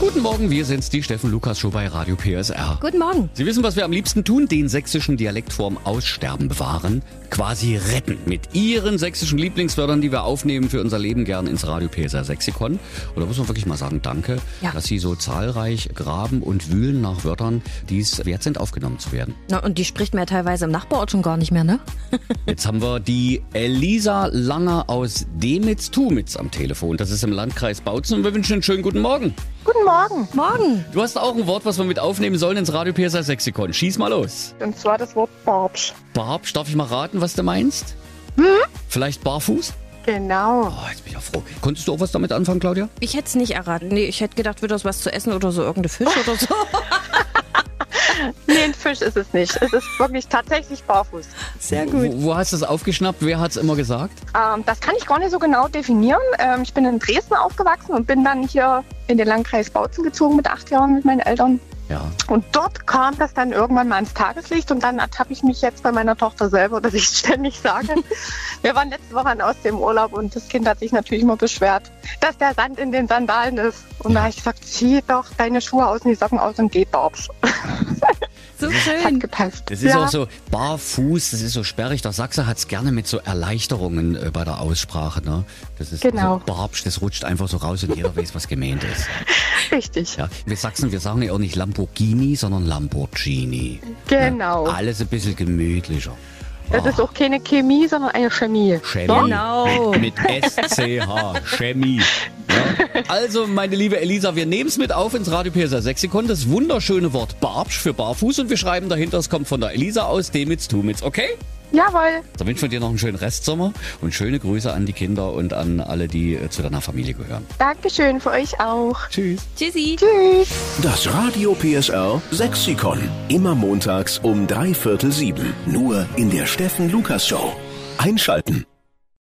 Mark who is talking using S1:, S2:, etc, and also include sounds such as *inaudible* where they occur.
S1: Guten Morgen, wir sind's, die Steffen Lukas Show bei Radio PSR.
S2: Guten Morgen.
S1: Sie wissen, was wir am liebsten tun, den sächsischen Dialekt vorm Aussterben bewahren, quasi retten. Mit Ihren sächsischen Lieblingswörtern, die wir aufnehmen für unser Leben gern ins Radio PSR Sexikon. Und da muss man wirklich mal sagen, danke,
S2: Ja.
S1: dass Sie so zahlreich graben und wühlen nach Wörtern, die es wert sind, aufgenommen zu werden.
S2: Na, und die spricht mir ja teilweise im Nachbarort schon gar nicht mehr, ne?
S1: Jetzt haben wir die Elisa Langer aus Demitz-Tumitz am Telefon. Das ist im Landkreis Bautzen und wir wünschen einen schönen guten Morgen.
S3: Guten Morgen.
S2: *laughs* Morgen.
S1: Du hast auch ein Wort, was wir mit aufnehmen sollen ins Radio PSR Sexikon. Schieß mal los.
S3: Und zwar das Wort Barbsch.
S1: Barb, darf ich mal raten, was du meinst?
S3: Hm?
S1: Vielleicht barfuß?
S3: Genau.
S1: Oh, jetzt bin ich auch froh. Konntest du auch was damit anfangen, Claudia?
S2: Ich hätte es nicht erraten. Nee, ich hätte gedacht, wird das was zu essen oder so, irgendein Fisch oder so.
S3: Nee, ein Fisch ist es nicht. Es ist wirklich tatsächlich barfuß.
S2: *laughs* Sehr
S1: Wo, wo hast du es aufgeschnappt? Wer hat es immer gesagt?
S3: Ähm, das kann ich gar nicht so genau definieren. Ähm, ich bin in Dresden aufgewachsen und bin dann hier in den Landkreis Bautzen gezogen mit acht Jahren mit meinen Eltern.
S1: Ja.
S3: Und dort kam das dann irgendwann mal ans Tageslicht und dann ertappe ich mich jetzt bei meiner Tochter selber, dass ich *laughs* ständig sage. Wir waren letzte Woche aus dem Urlaub und das Kind hat sich natürlich immer beschwert, dass der Sand in den Sandalen ist. Und da habe ich gesagt, zieh doch deine Schuhe aus und die Socken aus und geh Barbsch.
S2: So
S3: Hat
S2: schön.
S3: gepasst.
S1: Das ist
S3: ja.
S1: auch so barfuß, das ist so sperrig. Der Sachse hat es gerne mit so Erleichterungen äh, bei der Aussprache. Ne? Das ist
S3: Genau.
S1: so barbsch, das rutscht einfach so raus und jeder weiß, was gemeint ist.
S3: Richtig.
S1: Ja. Wir Sachsen, wir sagen ja auch nicht Lamborghini, sondern Lamborghini.
S3: Genau.
S1: Alles ein bisschen gemütlicher.
S3: Das ist auch keine Chemie, sondern eine Chemie.
S1: Chemie.
S2: Genau.
S1: *laughs* Mit, mit SCH. Chemie. Ja. Also, meine liebe Elisa, wir nehmen es mit auf ins Radio PSA Sexikon. Das wunderschöne Wort Barbsch für Barfuß und wir schreiben dahinter, es kommt von der Elisa aus Demitz Tumitz, okay?
S3: Jawohl.
S1: Dann wünschen wir dir noch einen schönen Restsommer und schöne Grüße an die Kinder und an alle, die äh, zu deiner Familie gehören.
S3: Dankeschön für euch auch.
S1: Tschüss.
S2: Tschüssi.
S3: Tschüss.
S4: Das Radio PSR Sexikon. Immer montags um drei Viertel sieben. Nur in der Steffen Lukas Show. Einschalten.